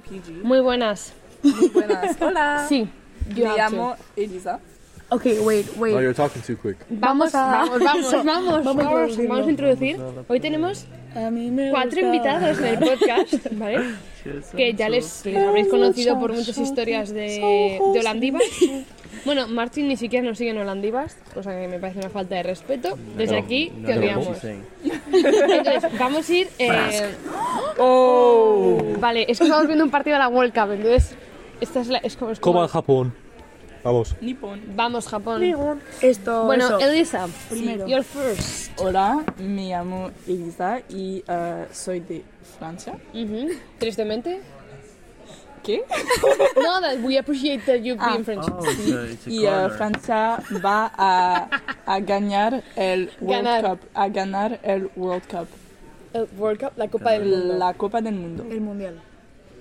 BPG. Muy buenas. Muy buenas. Hola. Sí. Me have to. llamo Elisa. Ok, wait, wait. No, you're talking too quick. Vamos, vamos, vamos, Eso. vamos, Vamos a vamos, introducirlo. vamos a introducir. Hoy tenemos A mí me cuatro gusta. invitados en el podcast, ¿vale? Que ya les, les habréis conocido por muchas historias de, de Holandivas. Bueno, Martin ni siquiera nos sigue en Holandivas, cosa que me parece una falta de respeto. Desde aquí te odiamos. Entonces, vamos a ir. eh, Oh. Vale, es que estamos viendo un partido de la World Cup, entonces. Esta es la. Es como, es como- Coman Japón. Vamos. Nippon. Vamos, Japón. Esto, Bueno, eso. Elisa, Primero. you're first. Hola, me llamo Elisa y eh, soy de Francia. Ujú. Tristemente. ¿Qué? No, that we appreciate that you being French. Y eh, Francia va a, a ganar el World Ganar. Cup. A ganar el World Cup. El World Cup, la Copa del Mundo. La Copa del Mundo. El mundial.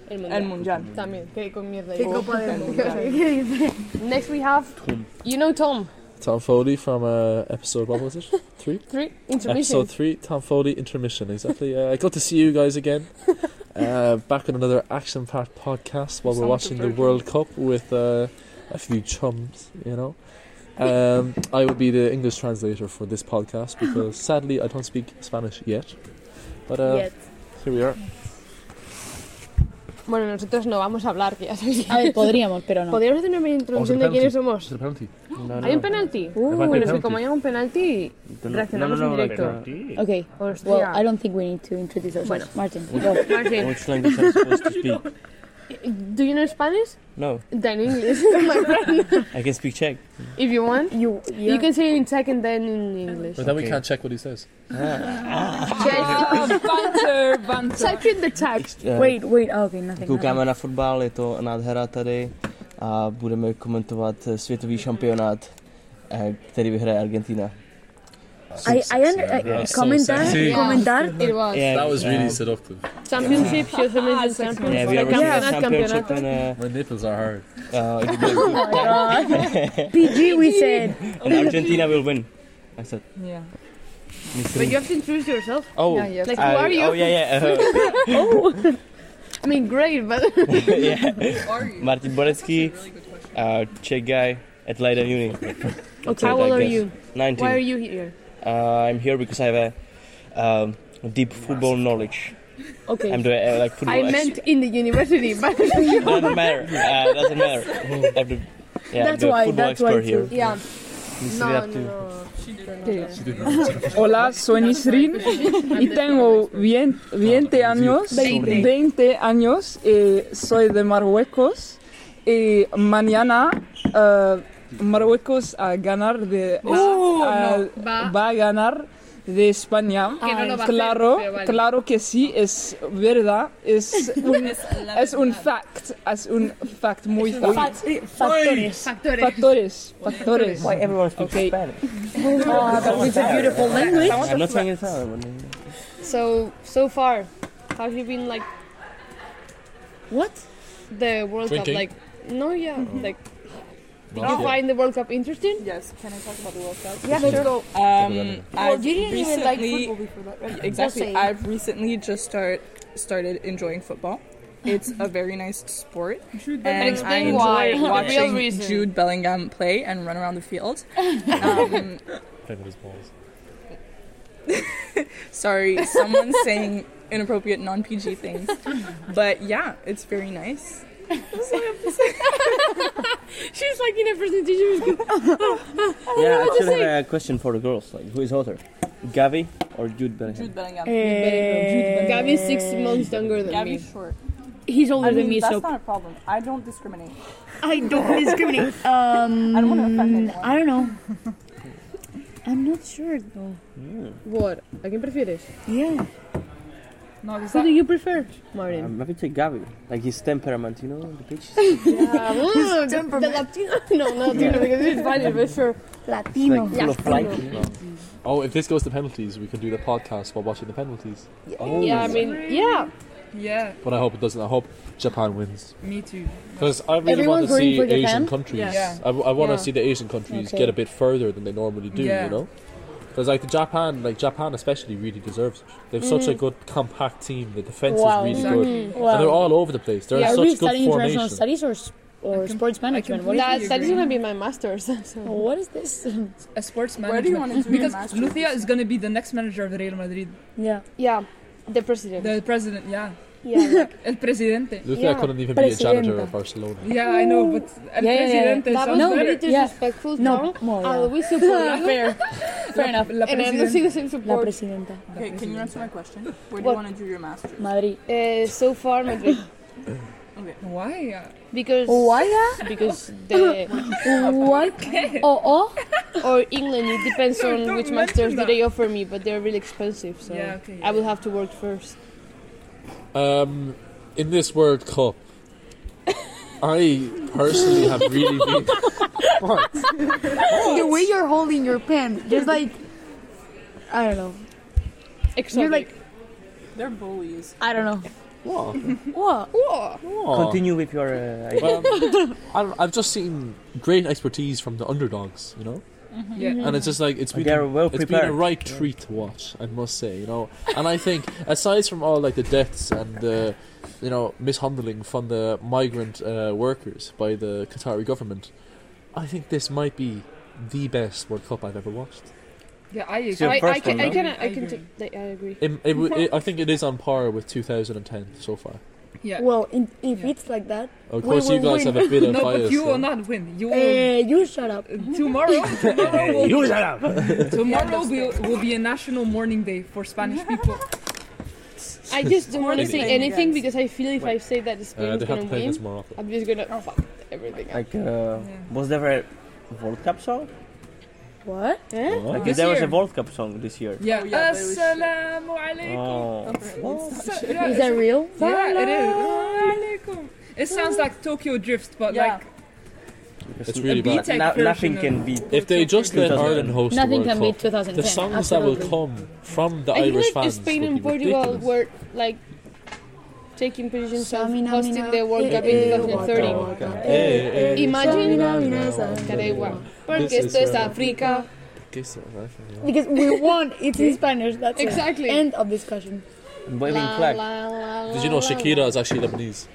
el Mundial. El Mundial. También, que con mierda. ¿Qué yo. copa del el mundo? mundial. ¿Qué dices? Next we have, you know Tom. Tom Foley from uh, episode what was it? Three. Three, intermission. episode three. Tom Foley intermission. Exactly. Uh, good to see you guys again. Uh, back in another action-packed podcast while we're Sound watching the prepared. World Cup with uh, a few chums. You know. Um, I will be the English translator for this podcast because sadly I don't speak Spanish yet. But uh, Yet. here we are. Bueno, nosotros no vamos a hablar, que ya sabéis. A ver, podríamos, pero no. Podríamos hacer una Vamos al introducción de quiénes penalti. somos. el penalti? No, ¿Hay un penalti? Uh, bueno, es que como haya un penalti, no, reaccionamos en directo. Ok. Hostia. Well, I don't think we need to introduce ourselves. Bueno. Martin, go. Martin, Which language am I supposed to speak? do you know Spanish? No, Then English, my friend. I can speak Ah. Czech. If you want. You, You can say in Czech and then in English. But then we Okay. can't check what he says. Ah, banter, banter. Type in the tag. Eh, Wait, wait, ah, ok, nothing. nothing. Koukáme na fotbal, je to nádhera tady a budeme komentovat eh, světový šampionát, eh, který vyhraje Argentina. I, I under, uh, I- Yeah. comentar, Sí. comentar. It was. Yeah, That was really eh, seductive. Championship, she also mentioned yeah, champions. we are Like, watching the campeonato, championship campeonato. and, eh, My nipples are hard. uh, it will- PG, we said. and Argentina will win. I said. Yeah. But you have to introduce yourself. Oh, Yeah, yeah. Like, who I- are you? Oh, yeah, yeah. eh, I mean, great, but yeah. Martin Borecký, uh, Czech guy at Leiden Uni. That's how it, I old are guess. you? 19. Why are you here? Uh, I'm here because I have a um, deep football knowledge. Okay. I'm doing uh, like football. I ex- meant in the university, but doesn't matter. Uh, doesn't matter. I'm the, yeah, That's I'm the why, football that's why expert too. here. yeah. Mr. No, no, Yaptu. no. Hola, soy Nisrin y tengo 20, 20 Ah, años. 20. 20 años eh, soy de Marruecos y mañana eh, Marruecos a ganar Oh, de Uh, Uh, a- Va. va a ganar de España. Que no lo va a claro, hacer, pero vale. claro que sí, es verdad, es un, es un fact, es un fact muy fact. Fact- eh, Factores. Factores. Factores, um, factores. Why everyone speaks Okay. Spanish? Ah, that was a beautiful language. I'm not saying it's not. So so far, how have you been like What? the World Drinking. Cup? Like no, yeah, like. Did Wow. you find the World Cup interesting? Yes. Can I talk about the World Cup? Yeah, let's go. Um, Oh, I've you didn't even like recently- football before that, right? Exactly. saying. I've recently just start started enjoying football. It's a very nice sport, and I Explain why. enjoy The real watching reason. Jude Bellingham play and run around the field. Um, sorry, someone's saying inappropriate non-PG things, but yeah, it's very nice. She's like in a presentation. Yeah, I should have a question for the girls. Like, who is hotter, Gavi or Jude Bellingham? Jude Bellingham. Eh, Gavin's six months younger than me. Gavi's short. He's older I than mean, me, so that's not a problem. I don't discriminate. I don't discriminate. Um, I don't wanna offend anyone. I don't know. I'm not sure though. What? ¿A quién prefieres? Yeah. No, Who do you prefer, Martin? I'm happy to take Gavi. Like his temperament, you know, the pitch. the, Latino. No, not Latino because it's funny, but sure. Latino. full of life. you know. Oh, if this goes to penalties, we can do the podcast while watching the penalties. Oh, Yeah, I mean, yeah. Yeah, But I hope it doesn't. I hope Japan wins. me too. Because I really Everyone's want to see rooting for Asian Japan? countries. Yeah. I, want Yeah. to see the Asian countries Okay. get a bit further than they normally do, Yeah. you know? Because like the Japan, like Japan especially, really deserves it. They've such a good compact team. The defense Mm. Wow. is really Exactly. good, Wow. and they're all over the place. They're Yeah, in are we such good studying international formation. studies or s- or I com- sports management? What is, completely- That, you that is agree? gonna be my master's. So. what is this? a sports manager. Where do you want to do your Because master's? Lucia is going to be the next manager of Real Madrid. yeah. Yeah, the president. The president, yeah. Yeah, like, El presidente. Luka Yeah. couldn't even be a janitor Presidenta. of Barcelona. Yeah, I know, but El Yeah, yeah, yeah. presidente that was sounds No, very better. it- yeah. disrespectful. No, more. I Yeah. always support you, fair. Fair enough. La and I'm not presidenta. citizen La support. presidenta. Okay, can you answer my question? Where do What? you want to do your master's? Madrid. Uh, so far, Madrid, Why? because ah, because the What? Oh, oh. or England. It depends on Don't which mention masters do that. they offer me, but they're really expensive. So Yeah, okay, I will have to work first. Um, in this World Cup, I personally have really been. What? The way you're holding your pen, there's like, I don't know. Exotic. You're like, They're bullies. I don't know. What? What? What? Continue with your. Uh, idea. Um, I've- I've just seen great expertise from the underdogs, you know, Yeah. and it's just like it's been They're well it's been a prepared. right treat to watch, I must say, you know. And I think, aside from all like the deaths and the, you know, mishandling from the migrant uh, workers by the Qatari government, I think this might be the best World Cup I've ever watched. Yeah, I agree. It's your I, I first can, one, I no? can, I can, agree. take- like, I agree. It, it, w- it, I think it is on par with 2010 so far. Yeah. Well, in, if Yeah. it's like that, Of We course, you will guys win. have a bit of No, bias. but you will though. not win. You will. uh, eh, you shut up. Tomorrow, tomorrow will you shut up. Tomorrow will, will be a national mourning day for Spanish people. I just don't want to Maybe. say Maybe. anything because I feel if I say that Spain Uh, is they have gonna to play win, against Morocco. I'm just gonna fuck everything up. Like, uh, was there a World Cup song? What? Eh? Oh. Like, This there was year. a World Cup song this year. Yeah. Oh, yeah, but it was- Assalamu alaikum. Oh. So- yeah, Is that it's- real? Yeah, it is. Ah, Alaikum. It sounds like Tokyo Drift, but Yeah. like It's really bad. beat tech Na- version nothing of- can beat. If they just let 2010. Ireland host Nothing the can World beat Cup, 2010. the songs absolutely. that will come from the I feel Irish like fans Spain will and be Portugal ridiculous. were like taking positions of Samina, hosting mina, the World eh, Cup eh, in 2030. Oh, okay. Eh, eh, Imagine- Samina, mina, samina. Que da igual. Porque This esto is, es uh, África. Because we won. It's in Spanish. That's it. Exactly. End of discussion. Waving La, flag. la, la, Did you know la, la. Shakira is actually Lebanese?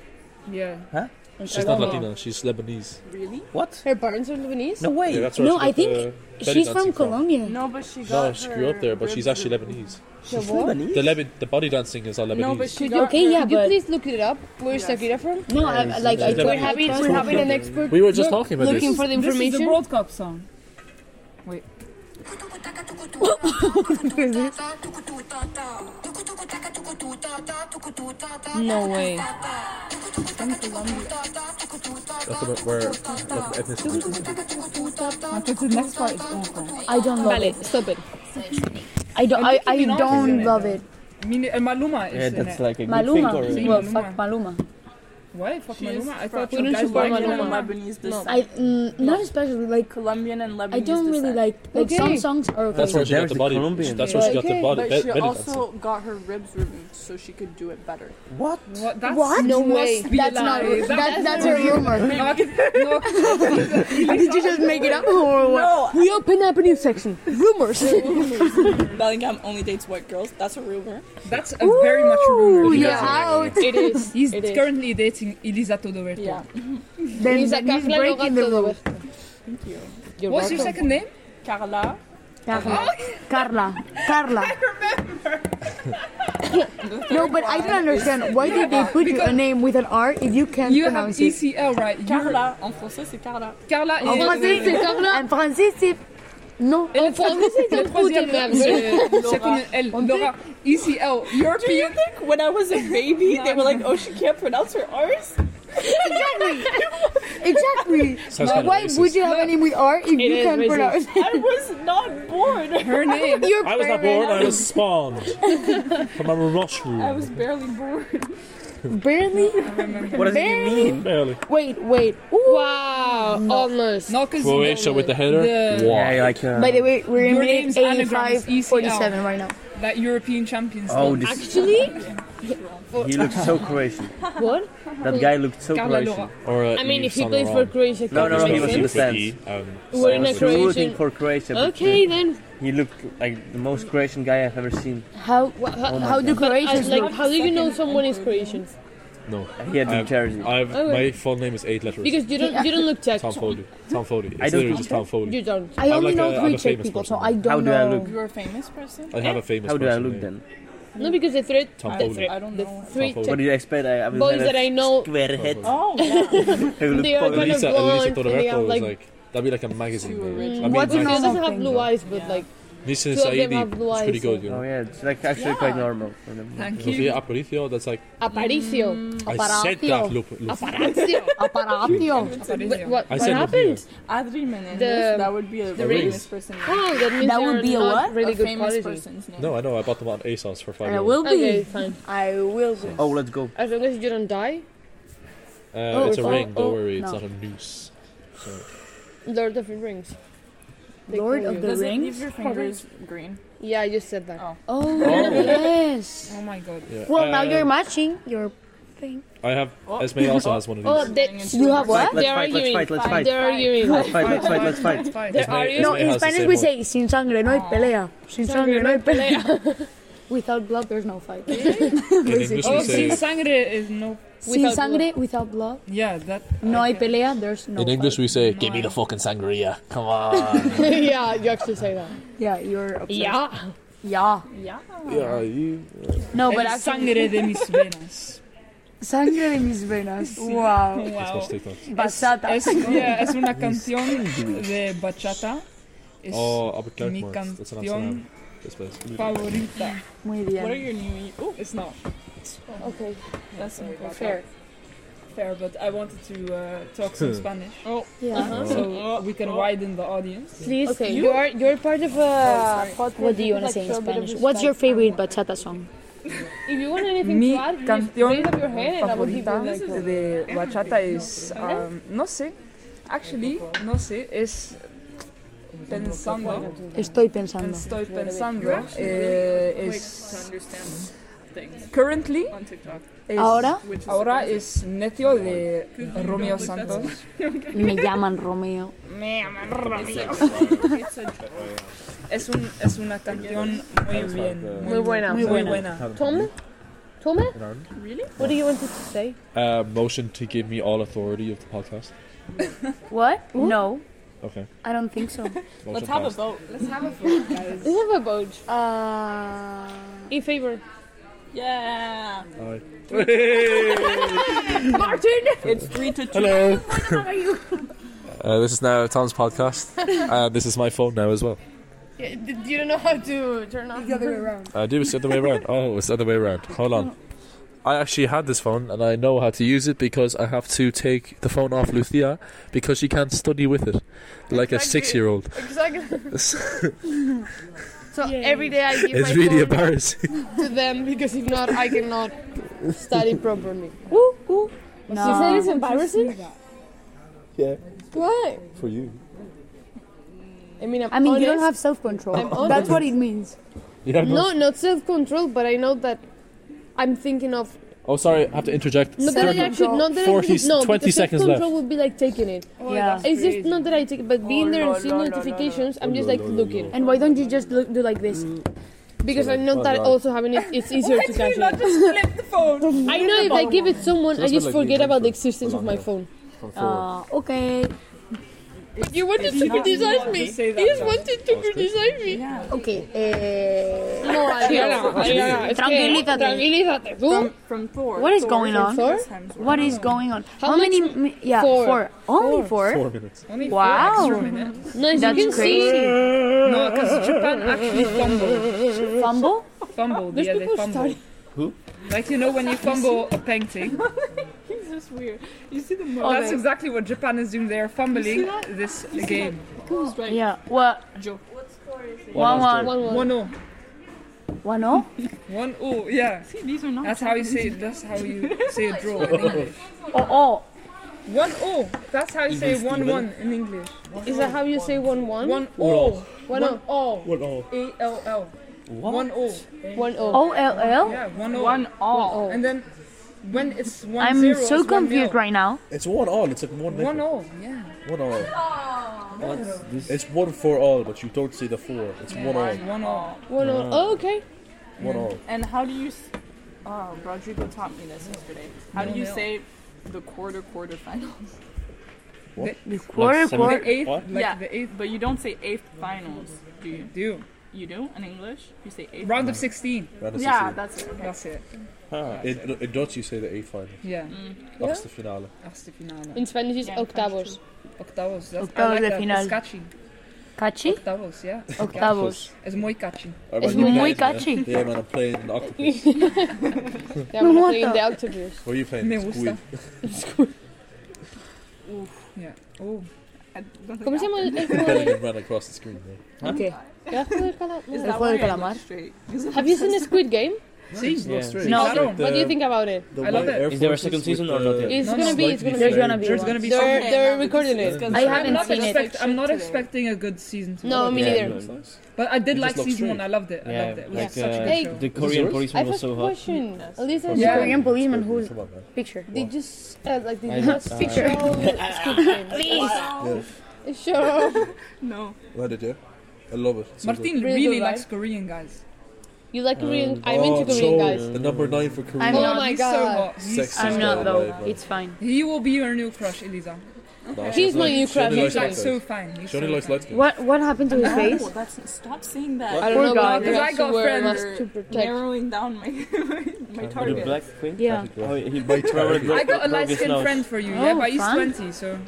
yeah. She's not Latina. She's Lebanese. Really? What? Her parents are Lebanese? No way. Yeah, that's where No, she I got think the belly she's uh, dancing from Colombia. No, but she got No, she grew up there, but she's actually Lebanese. The She's what? Lebanese. The Leban, the body dancing is all Lebanese. No, but she Could got Okay, her- yeah, Could you but- please look it up? Where's Yes. Shakira from? No, I, I- like I She's We're Lebanese. told having, you. we're having an expert we were just talking about looking this. for the This is the information. World Cup song. No way. That's about where what ethnicity. After the next part is awful. I don't love Vale, it. stop it. I don't. I, I Maluma is in don't it, love though. it. I mean, uh, Maluma is Yeah, in that's it. like a good thing Maluma. for See, Well, Maluma. fuck Maluma. Why? Fuck She is Maluma. I thought from- you Wouldn't guys you call White liked Maluma? and Maluma. Lebanese descent. I mm, not especially like. Colombian and Lebanese I don't really descent. like like Okay. some songs are okay. That's where she There's got the the body. Colombian. That's where she got the Okay, body. But be- she belly also dancing. got her ribs removed, so she could do it better. What? What? That's What? No must way. be That's a not. lie. That, that's a rumor. not. no, Did you just make it up Oh, or what? We open up a new section. Rumors. Bellingham only dates white girls. That's a rumor. that's a very much rumor. Ooh, you're Yeah. out. it is. He's it is. currently dating Elisa Todoberto. Yeah. Then He's he's, a Carla breaking the Logato. rules. Thank you. You're What's your welcome. second name? Carla. Carla. Carla. Carla. no, but I don't understand. Why did they put you a name with an R if you can't You have pronounce it? Oh, ECL, right? You're- Carla. En français, c'est Carla. Carla En français, c'est Carla. En français, c'est. Non. Et le En français, c'est le un troisième, coup de merde. c'est- c'est une L. Laura, ECL, European. When I was a baby, they were like, oh, she can't pronounce her R's. Exactly. exactly. Sounds But kinda why racist. would you have a name with R if you is can't racist. pronounce it? I was not born. Her name. Your I was not born. I was spawned from a mushroom. I was barely born. barely. What does it Barely. mean? barely. Wait, wait. Ooh. Wow, almost. No, 'cause Croatia with the header. The- Wow. Yeah, like. Uh, By the way, we're in Your name's minute anagrams, E 85, 47 right now. that European Champions oh, League. this, Actually, he looks so Croatian. what? That guy looked so Carla Croatian. Laura. Or uh, I mean, Yves if he Saint plays for Laurent. Croatia, No, no, no, he Croatia. was in the stands. Um, We're in I a was rooting Croatian. for Croatia. but, Okay, then. He looked like the most Croatian guy I've ever seen. How Wha- Oh ho- my how do but I- Croatians like, look? how do you know someone is Croatian? No. He had the Um, jersey. I've, Oh, my full name is eight letters. Because you don't, you don't look Czech. Tom Foley. Tom Foley. It's I don't literally think- just Tom Foley. You don't. I I'm only like know a- I'm three a Czech famous people, so person. I don't How do I know. look? You're a famous person? I have a famous How do I person look name. then? No, because the three, Tom I, Foley. I don't the know. three Tom Foley. Czech What do you expect? I, I was boys had a that I know, square head. Oh, yeah. who looked they are probably- kind of Elisa, Elisa blonde. and they Todoreko have is like, like, that'd be like a magazine Too name. original. I mean, What's She his magazine. name? doesn't have blue eyes, but Yeah. like Nissan Two of them have Saidi blue is pretty eyes, good, you Oh know. yeah, it's like actually quite Yeah. normal for them. Thank you. Sofia Aparicio, that's like, Aparicio. I said that, look, look. Aparicio. Aparatio. Wh- what I what said look here. happened? Adri Menendez. The- that would be a the famous rings. person. Oh, that means That they're would be a not what? Really a good famous quality. person's name. No, I know, I bought them on ASOS for five I euros. Uh, will Okay, be. fine. I will be. Oh, let's go. As long as you don't die, Uh, It's a oh, ring, oh, don't worry, it's no. not a noose. So, Lord of the Rings. They Lord call of you. the- Does it rings? leave your fingers green? Yeah, I just said that. Oh. Oh Oh. yes. Oh my god. yeah. Well, now Um, you're matching your thing. I have, Oh. Esme also has one of Oh, these. they, You have what? Let's They're fight, let's arguing. fight, let's fight. they're arguing. Let's fight, let's fight, let's fight. They're Esme- arguing. Esme No, in has the Spanish same we one. say sin sangre no hay pelea. Sin sangre no hay pelea. Without blood, there's no fight. In English Oh, we sin say, sangre is no. Sin Without sangre, without blood, Yeah, that. no hay pelea. There's no. in English fight. we say, No, give me I- the fucking sangria, come on. yeah, you actually say that. Yeah, you're. Obsessed. Yeah. Yeah. yeah, you... No, but El actually, sangre de mis venas. sangre de mis venas. Wow. That's Wow. not TikTok. Basata. Es, yeah, es una canción de bachata. Es Oh, Albert mi Clarkmore, that's an canción Amsterdam. This place. favorita. Muy What are bien. your new? Oh, It's not Okay. that's Sorry about fair. fair, but I wanted to uh, talk some Spanish. Oh. Yeah. So we can widen the audience. Please. Okay. You Oh, are you're part of a. podcast What do you want to with, say in like, a bit of Spanish? respect. What's your favorite bachata song? If you want anything Mi to add, you just canción raise up your hand and I will give you favorita like. a- de bachata es, um, no sé, actually, no sé, es pensando, Estoy pensando. estoy pensando, eh, es understand things currently, on TikTok. es- Ahora Which is ahora es necio de Romeo Santos. me llaman Romeo. Es, un, es una canción muy bien, Muy buena. muy buena. Tome? Tome? What do you want to say? Uh, motion to give me all authority of the podcast. What? No, Okay. I don't think so. Motion passed. vote. Let's have a vote. Let's have a vote. Uh, In favor. Yeah. Aye. Martin. It's three to two. Hello. Uh, this is now Tom's podcast, and this is my phone now as well. you don't know how to turn on the other way around. I Uh, do. It's the other way around. Oh, it's the other way around. Hold on. I actually had this phone, and I know how to use it because I have to take the phone off Lucia because she can't study with it, like a Exactly. six-year-old. Exactly. it's So every day I give my really phone embarrassing. to them because if not, I cannot study properly. No. embarrassing? Yeah, Why? for you. I mean, I'm I mean, you don't have honest. self control. I'm honest. That's what it means. Yeah. No, not self-control, but I know that I'm thinking of Oh, sorry. I have to interject. not that I actually not that 40 I think, no, 20 because seconds self-control left. would be like taking it. yeah. It's just not that I take it, but being there and no, seeing no, no, no, notifications, I'm just Oh, like looking. And why don't you just look, do like this? Because I Oh, know that also having it, it's easier to catch it. just flip the phone. I know if I give it someone, So I that's just not like forget the about the inventor existence of my phone. Uh, okay. You wanted to criticize me. say that You just wanted to criticize me. Okay. uh, Eh, No, Adriana, Adriana, es que- Tranquilízate. uh, Tranquilízate. Tú. From, from Thor. What is Thor going from on? Thor? Hemsworth. what is going on? How How, many? much- mi- yeah, Four. four. Only four. Four minutes. Wow, eh? No, as you can that's see, crazy. No, because Japan actually fumbled. Fumble. Fumbled, Those yeah, they people fumbled. start- Like, you know, when you fumble a painting. He's just weird. You see the Well, most That's exactly what Japan is doing. They are fumbling this game. who's right? Yeah. What? Joe. One one. One, one. One oh. One oh. One oh, yeah. See, these are not. That's how you say that's how you say a draw in English. Oh oh. One oh. That's how you say one one in English. Is that how you say one one? One oh. One One oh. oh. What all? A L L. One oh. One oh. O L L. Yeah, one oh. One all. One oh. And then when it's one I'm zero, so it's one confused nil. right now. It's one all. It's like one. One oh, yeah. One all. What's this? It's one for all, but you don't say the four. It's one all. One all. One Ah. all. Oh, okay. One all. And how do you? s- Oh, Rodrigo taught me this yesterday. How do you say the quarter quarterfinals? What? The quarter, quarter, quarter. Eighth, What? like yeah, the eighth. But you don't say eighth finals, do you? Do. You do in English? You say eighth. Round of 16. Round of Yeah, 16. that's it. Okay. That's it. Ah, in, in Dutch you say the eighth final. Yeah. That's the finale. Achtste finale. In Spanish is Yeah, octavos. Octavos. That's, Octavos I like de that. final. It's catchy. Catchy? Octavos, yeah. Octavos. It's muy catchy. I It's rang uh, you muy guys, man. catchy. Yeah, man, I'm playing an octopus. Yeah, we're No, playing what the octopus. What are you playing? Me Squid. gusta. Yeah. Oh. I don't think ¿Cómo se I- llama el el juego? Bellingham ran across the screen there. Okay. de- ¿Has jugado el cala- Is no. that juego del why I look calamar. straight? um. Have you seen Squid Game? See? Yeah. No. Claro. What do you think about it? The I love white it. Air Is there a Forces second with season or the- not yet? It's No, gonna no. be. It's gonna There's be. gonna They're, be There's gonna be some. Okay, they're no, recording it's it. gonna I be- I'm haven't not, seen it. expect, I'm not Today. expecting a good season two. No, me Yeah, neither. no. But I did It like just looks season great. one. I loved it. I Yeah, loved it. It was like, such a uh, good Hey, show. The Is it Korean yours? I policeman have a was so hot. question. Listen, The Yeah. Korean policeman Come who's on, man. picture. they just uh, like they I- just uh, picture Squid Please. Oh. Game. Show. No. What did you? I love it. It's so good. Martin Really really good, likes Korean guys. You like Korean? I'm Oh, into Korean Seoul, guys. The number nine for Korea. I'm Oh not. my He's so God. hot. He's- Sexy. I'm She's not got a though. live one. It's fine. He will be your new crush, Elisa. Nah, He's she my likes- new she crush, only He's likes like light so guys. fine. He's She only so likes fine. light guins. What what happened to his face? No, that's stop saying that. I don't Poor know guy. what Because girls I got to wear friends. mask to protect. Narrowing down my my, my The target. black queen? Yeah. Oh, he My target. I got a light skinned now. friend for you, yeah, Oh, but he's fun. 20, so.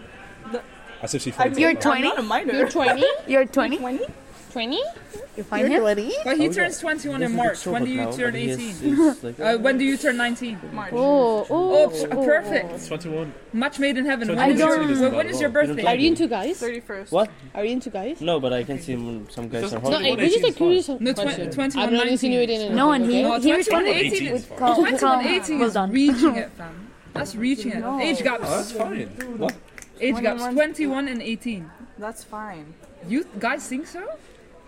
As if she I mean, finds it, You're man. I'm not 20? a minor. You're 20? You're 20. 20? 20? You find him? But he Oh, yeah. turns 21 in Doesn't look March. so When hot do you now, turn but he is- 18? is like- Uh, when do you turn 19? March. Oh, Oh, oh, p- oh. perfect. 21. Match made in heaven. So When I is your, don't- when- when is your You don't birthday? Are like you it. into guys? 31st. What? Are you into guys? No, but I can see him- some guys are hot. No, eh, I this is a curious No, tw- question. 21, I'm not 19. insinuating anything. No, and okay? No, he, he 21, responded 18 with calm. 21, 18 Well is done. reaching it, fam. That's reaching it. Age gaps. That's fine. Age gaps. 21. 21 and 18. That's fine. You guys think so?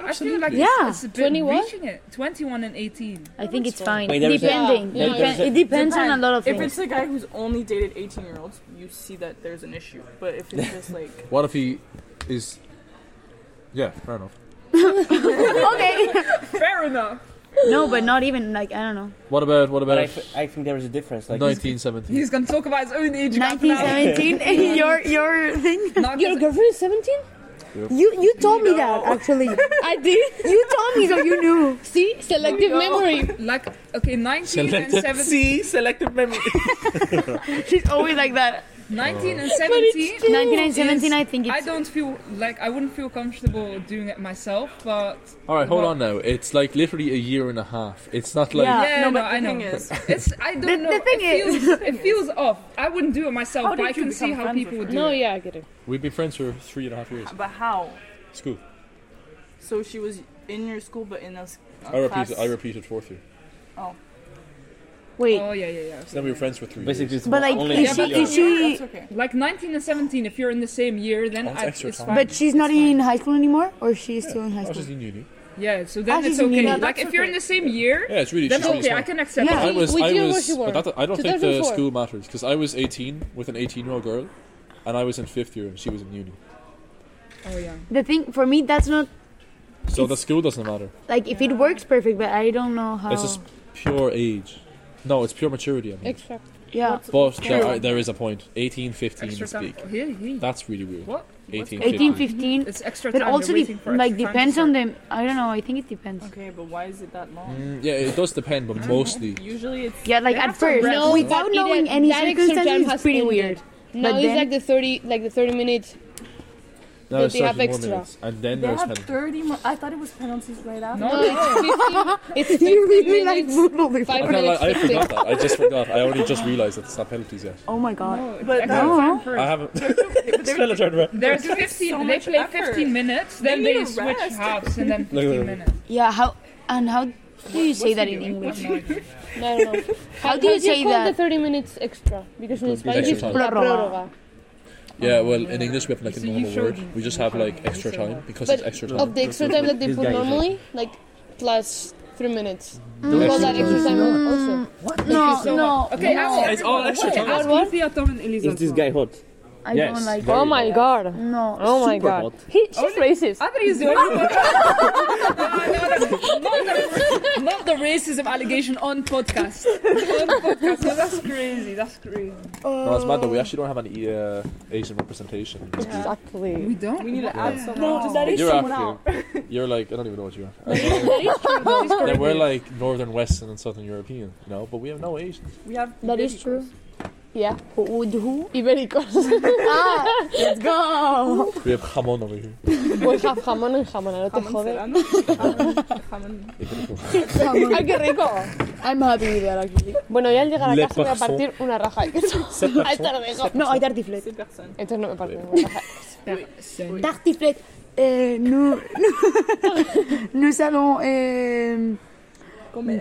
I feel like Yeah. it's, it's a bit 21? reaching it. 21 and 18. I think it's fine. Wait, there is a- Depending. Yeah, Depen- there's a- it depends on a Depends. lot of If things. it's a guy who's only dated 18 year olds, you see that there's an issue. But if it's just like. What if he is. Yeah, fair enough. okay. Fair enough. no, but not even like I don't know. What about. What about. But I, f- I think there is a difference. Like, 1917? He's gonna talk about his own age gap now. 1917. your your thing. Not Your girlfriend is 17? You you told me that actually. I did. You told me so you knew. See, selective memory. like okay, 19 and 17. See, selective memory. She's always like that. 19 and 17. 1917. I think I it's don't feel like I wouldn't feel comfortable doing it myself, but Alright, hold Well- on now. It's like literally a year and a half. It's not like. Yeah. yeah, no, no, but the I know. thing is, It's I don't The- know. the thing it is- feels, it feels off. I wouldn't do it myself, How but I did you can see become how friends people with would do No, it. yeah, I get it. We've been friends for three and a half years. but how? School. So she was in your school, but in a, s- a I class. repeated, I repeated fourth year. wait. Oh yeah, yeah, yeah. Then we were friends for three basically, years. it's But like only is she Yeah, but- is she? That's okay. Like 19 and 17, if you're in the same year, then That's I, extra it's time. fine. But she's not in high school anymore, or she's still in high I was school. just in uni. yeah, so then Ah, it's she's in okay. uni. Yeah, like if you're in the same year, Yeah, it's really. then she's really okay, I smart. can accept Yeah. I it. was, Which I year was was, you were? but that, I don't think the 2004. school matters because I was 18 with an 18 year old girl, and I was in fifth year and she was in uni. Oh yeah. The thing for me, that's not So the school doesn't matter. like if it works perfect, but I don't know how. It's just pure age. No, it's pure maturity. I mean, Extra. yeah, but there, I- there is a point. 18, 15 Extra is time. big. Oh, here, here. That's really weird. What? 18, 18, 15. 15. It's extra time. But also, They're de- waiting for like extra time to depends start. on them. I don't know. I think it depends. Okay, but why is it that long? Mm, yeah, it does depend, but mostly. Usually it's. Yeah, like at first, No, without but knowing it- any that extra time circumstances, has it's pretty ended. weird. Now But it's then- like the 30, like the 30 minutes. Now But it's they have 31 extra. minutes, and then They there's have penalty. 30 more. I thought it was penalties right after. No, No, no. Oh, it's 50. It's 50 You really like minutes. football before. Five I, can't minutes. lie, I 50. forgot that. I just forgot. I only just realized that it's not penalties yet. Oh my god. But no. I haven't. Still a turn around. There's They're doing 15. so they much play effort. 15 minutes, then need they, a switch rest. halves, and then 15 minutes. Yeah. How and how do you say that in English? No, no, no. How, do you say call that? the 30 minutes extra? Because in Spanish it's extra time. prórroga. Yeah, well, in English we have like a So you normal showed word. me- We just you have showed me. like extra You showed time because But it's extra time. Of the extra time that they This put guy is normally, like plus 3 minutes. Extra Well, that time. extra time also. No, no. Okay, Mm, no. ask It's all everyone. extra Wait, time. ask What? Sophia, Tom, and Elisa Is this as well. guy hot? I Yes, don't like very Oh my hot. god. No. Oh my god. He, she's racist. I think it's the only one. No, no, no. Not the racism allegation on podcast. On podcast. No, that's crazy. That's crazy. No, it's mad that we actually don't have any uh, Asian representation. Exactly. We don't. We need to add someone. No, that is You're someone else. African. You're like I don't even know what you are. Then we're like northern, western, and southern European, you know. But we have no Asians. We have. That is true. Yeah. Who? would- who? Ibéricos. Ah, let's go. We have jamón over here. Pues have jamón en jamón, no te jode. ¡Ay, qué rico! I'm happy with that actually. Bueno, yo al llegar a Le casa voy a poisson. partir una raja de queso. Sept Ahí te lo dejo. oh. No, hay tartiflette. Entonces no me parto ninguna raja. Tartiflette. Eh, nous, nous allons euh, Comer.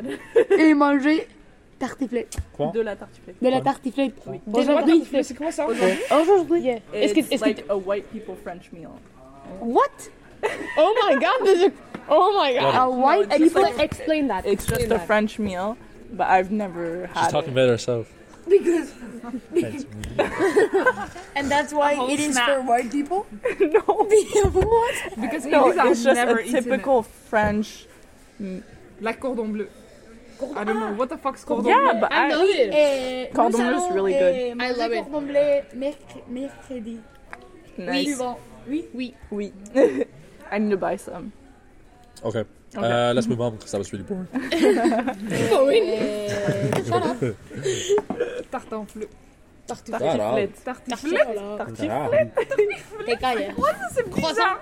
et manger tartiflette. Mm. De la tartiflette. De la tartiflette. De la Aujourd'hui, tartiflette. mais c'est comment ça Aujourd'hui. Oh, Yeah. It's Es que, es que like a white people French meal. What? Oh my god, this is... Oh my god. A white it's people like- explain that. It's just a French meal, but I've never had She's talking it. about herself. Because. And that's why it is for white people? what? Because No, English, I've it's just never a eaten it. typical French. Like cordon bleu. I don't know what the fuck's cordon Yeah, bleu. but I I, love it. Eh, Cordon nous bleu is allons, really eh, good. I manger love it. cordon bleu merc- mercredi. nice. Oui. Oui. Oui. I need to buy some. Okay. Okay. Uh, let's move on because that was really boring. Oh, Eh, Tartan bleu. Tartiflette. tartiflette. Te calles. Bizarre.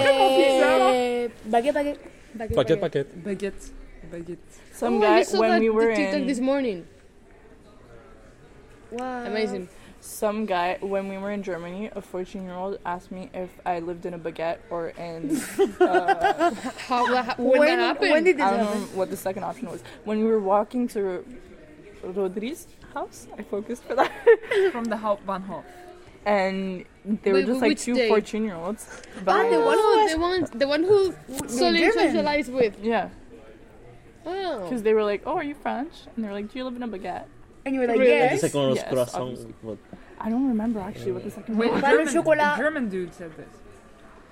Eh, baguette, baguette. Baguette, Packet, packet. Baguette. Baguette. Some Oh, guy when we were TikTok this in morning. Wow. Amazing. some guy when we were in Germany, a 14-year-old asked me if I lived in a baguette or in uh, How, how, when, that When, happened? when did this I don't know happen? Um, what the second option was. When we were walking to Rodri's house, I focused for that. From the Hauptbahnhof. And they were Wait, just wh- like which two day? 14-year-olds. Ah, the one Oh, who the one, the one who Solin German. socialized with. Yeah, Oh. because they were like, "Oh, are you French?" And they were like, "Do you live in a baguette?" And you were like, Really? yes. It's like one of those Yes, croissants. obviously. What? I don't remember actually what the second Wait, one. a Pain au German, chocolat. a German dude said this.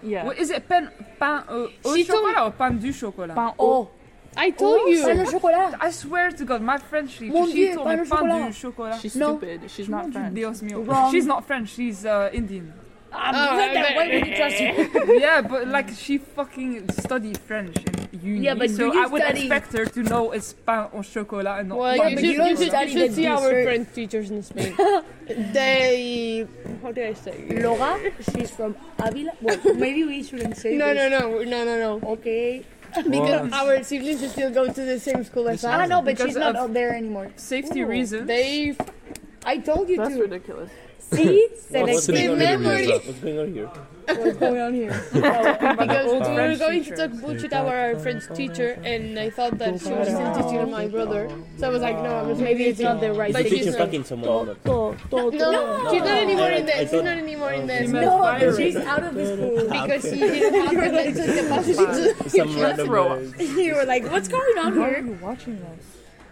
Yeah. What is it? Pain, pain au, au She told- chocolat or pain du chocolat? Pain au- Oh, I told pain you. au chocolat. I swear to God, my French teacher, Mon she Dieu, told pain me au pain chocolat. du chocolat. She's No. stupid. She's not French. Dios mío. Wrong. She's not French, she's uh, Indian. Oh, Like that, okay. why would you trust him? yeah, but like she fucking studied French in uni. Yeah, but so do you I would study- expect her to know it's pain au chocolat and not Well, pain you but should, au you don't you should, chocolat. study you should the see our dessert. French teachers in Spain. they. How do I say? Laura, she's from Avila. Well, maybe we shouldn't say No, this. no, no, no, no, no. Okay. Because our siblings still go to the same school as I us. know, Ah, but Because she's not of- out there anymore. Safety reasons. They I told you That's to. ridiculous. See? What's Selective. going on here? memory. Rizal? What's going on here? What's going on here? Because we were French going teacher. to talk bullshit about our French teacher, and I thought that she was still teaching my brother. So I was like, no, maybe it's not the right He's thing. teaching She's not. fucking someone. else. No, she's not anymore in I there. She's don't- not anymore in there. No, she's out of the school. Because she didn't have the mental capacity to. Some random. throw uh, you were like, what's going on Why are here? you watching this?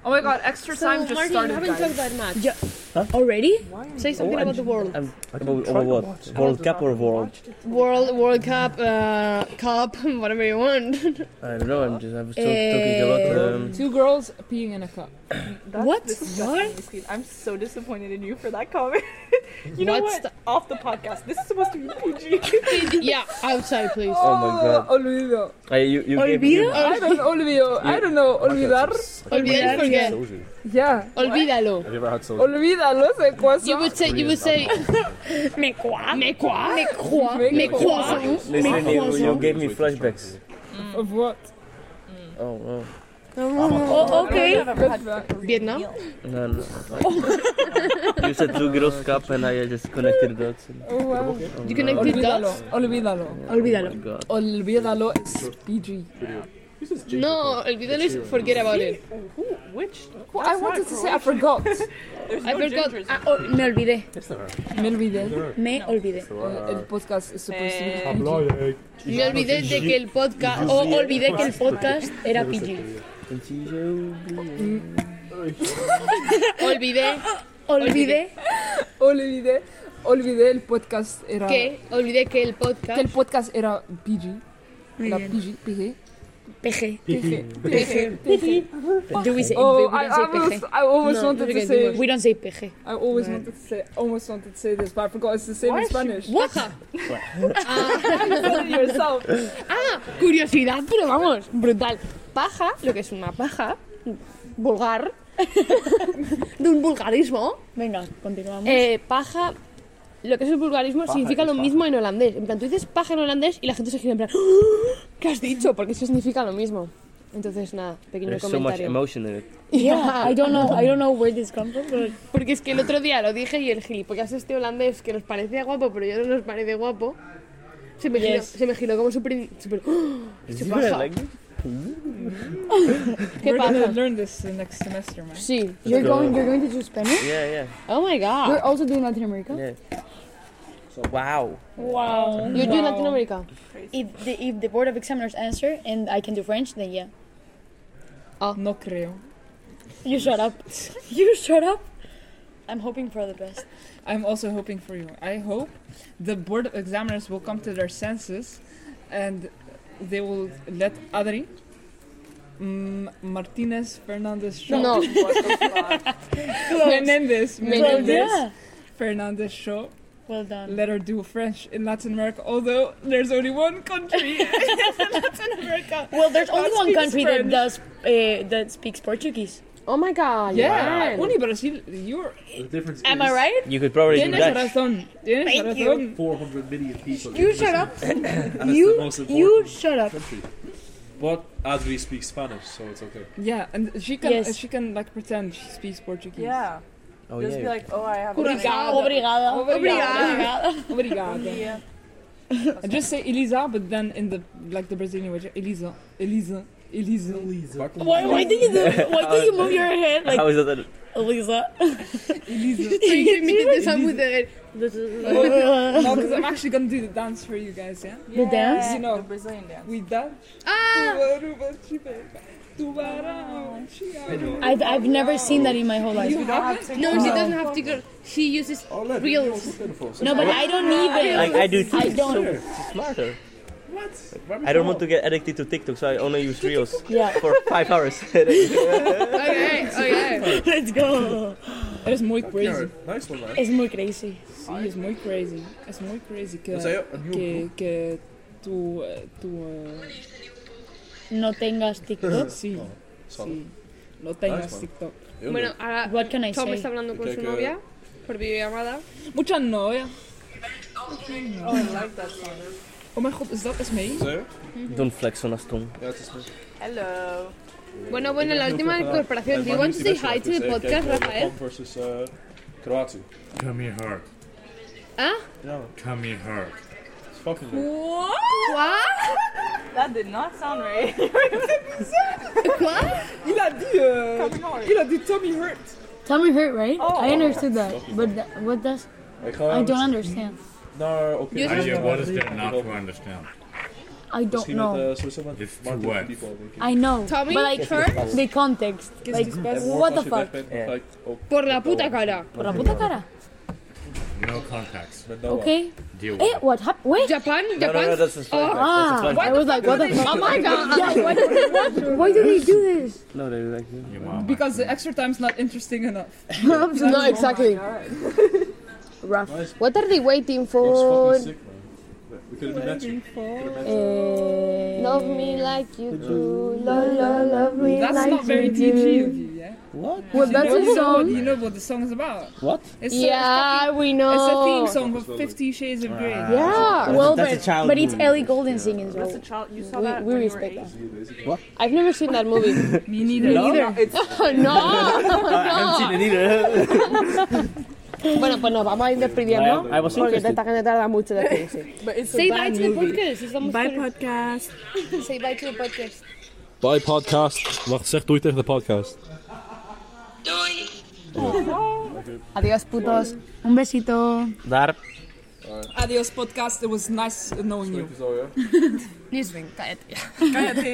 Oh my god, extra So, time just Martin, started. you haven't guys. talked that much. Already? Say something Oh, about the world. I'm- About about what? World Cup or World? World, World Cup, uh, Cup, whatever you want. I don't know. I'm just. I was talk- Eh, talking about. Um, Two girls peeing in a cup. That's What? disgusting, Steve. I'm so disappointed in you for that comment. you know What's what? Off the podcast. This is supposed to be PG. yeah, outside, please. oh my god. Olvido. I, you, you gave Olvido? you- I don't olvido. I don't know. Olvidar. Olvidar, forget. Soju. Yeah. Olvídalo. Have you ever had soju? Olvídalo, sé cuáso. You would say, you would say, Me quoi? me quoi? Me quoi? Me quoi? Listen, you, you gave me flashbacks. Of what? Oh, wow. Oh, okay. Vietnam? No, no. you said two girls cup and I just connected dots. and- Oh, wow. Oh, You no. connected Olvídalo. dots? Olvídalo. Oh my Olvídalo. god. Olvídalo is PG. No, olvídalo is forget about it. Which? Well, I wanted to say I forgot. There's I no forgot. gingers. Ah, oh, me olvidé. Me olvidé. Me olvidé. Uh, el podcast is supposed to Eh, be PG. uh, Me olvidé de que el podcast, o olvidé que el podcast era PG. Contigo. Olvidé, Olvidé. olvidé, olvidé el podcast era... Que olvidé que el podcast... Que el podcast era PG. Era PG, PG. PG. PG. PG. PG. Do we say, Oh, we I, I, don't say almost, PG? I almost No, wanted we to don't say. do it. We don't say PG. I always Right. wanted to say. Almost wanted to say this, but I forgot it's the same in Spanish. Guaja. You said it yourself. Ah, curiosidad, pero vamos, brutal. Paja, lo que es una paja, vulgar, de un vulgarismo. Venga, continuamos. Eh, paja, lo que es el vulgarismo significa es lo paja. mismo en holandés. En plan, tú dices paja en holandés y la gente se gira en plan, ¿qué has dicho? Porque eso significa lo mismo. Entonces, nada, pequeño There's so much comentario. emotion in it. Yeah. yeah, I don't know. I don't know where this comes from. But Porque es que el otro día lo dije y el gilipollas este holandés que nos parecía guapo, pero yo no nos parece guapo, se me, giró, Yes. se me giró como súper... súper, "Oh, ¿Qué pasa? ¿Qué We're gonna pasa? learn this uh, next semester, man. Sí. You're going. You're going to do Spanish. Yeah, yeah, Oh my god. You're also doing Latin America. yeah. So, wow. Wow. You're doing Latin America. if the, if the board of examiners answer and I can do French, then yeah. No creo. You shut up. you shut up. I'm hoping for the best. I'm also hoping for you. I hope the board of examiners will come to their senses and they will let Adri mm, Martinez Fernandez show. No. Menendez. Menendez. yeah. Fernandez show. Well done. Let her do French in Latin America, although there's only one country in Latin America. Well, there's only That one speaks country French. that does uh, that speaks Portuguese. Oh my god. Yeah, man. only Brazil. You're. The difference Am I right? You could probably do Tienes that. razón. Tienes Thank you. razón. 400 million people. You shut up. you you shut up. Country. But Adri speaks Spanish, so it's okay. Yeah, and she can Yes. she can like pretend she speaks Portuguese. Yeah. Oh, Just be yeah. like, oh, I have. Obrigada. Obrigada. Obrigada. Obrigada. Obrigada. And just say Elisa, but then in the like the Brazilian language, Elisa, Elisa, Elisa. Why, why do you do? Why do you move your head like How is that? Elisa? So you made the sound with the- No, because I'm actually gonna do the dance for you guys. Yeah, The dance? You know. the Brazilian dance. we dance. Ah! I've, I've never seen that in my whole life. You don't have to No, she doesn't have tickle. She uses reels. No, but I don't either. Like, I do too. I don't. It's smarter. What? I don't want to get addicted to TikTok, so I only use Reels Yeah. for five hours. a day. Okay, okay. Let's go. It is muy crazy. Nice one, man. It's muy crazy. Sí, es muy crazy. Es muy crazy que, That's it. And you- que, que tú, eh, tú, eh, No tengas TikTok. sí, Solid. sí, no tengas Nice one. TikTok. Yeah, Bueno, ahora What can I Tom say? está hablando con Que- su que- novia por videollamada. Mucha novia. Oh, I like that song. Oh mijn god, is dat Esmee? Say it. Don't flex on us, Tom. Yeah, it's just me. Hello. Bueno, bueno, la última incorporación. Do you want to say hi to the podcast, Rafael? versus uh, Kroatië. Come here hard. Huh? No, Come here hard. it's fucking good. What? That did not sound right. Il a dit, eh, il a dit Tommy Hurt. Tommy hurt, right? Oh. I understood that, but tha- what does? Ik ga I don't understand. naar Nou, oké. Ah, You And just- you what is there not to understand? I don't Misschien met know. eh, Zwitserland. It's Maar too dit wet. is die bal, denk ik. I know, Tommy? but like the context, like En morgen what als the je weg fuck? bent, dan Ja. ga ik ook Por la met puta Noah- cara. Por la puta cara. No contacts. met Noah. Okay. Deal with Eh, it. what happened? Wait. Japan, No, no, no, Japan. that's a flag. Oh, Ah, That's a I flag. was like, what the fuck? Oh my god. Yeah, why do they, why do they do this? No, they like Your mama. Because the extra time's not interesting enough. no, Oh exactly. Rough. What are they waiting That's for? fucking sick, man. We could have met you. Eh, Love me like you do. la, la, love me That's like not very you do. PG of you, yeah? What? Well, that's you, a know what, song. you know what the song is about. What? It's Yeah, we a, know. it's a theme song of Fifty Shades of Grey. Yeah. Well, That's a but, child but it's movie. Ellie Goulding singing, so That's a child. You saw We- that. we when you were respect eight? I've never seen that movie. Me neither. no, no. Ah, haven't seen it either. Bueno, pues nos vamos a ir despidiendo. I was Porque interested. esta gente tarda mucho despedirse. But it's Say a bye bad to the movie. podcast. Estamos con- podcast. Say bye to the podcast. Bye podcast. Wacht, zeg doei tegen de podcast. Adiós, putos. Un besito. Daar. Adios podcast. It was nice knowing you. Zo, ja. Newsring, cállate. Cállate.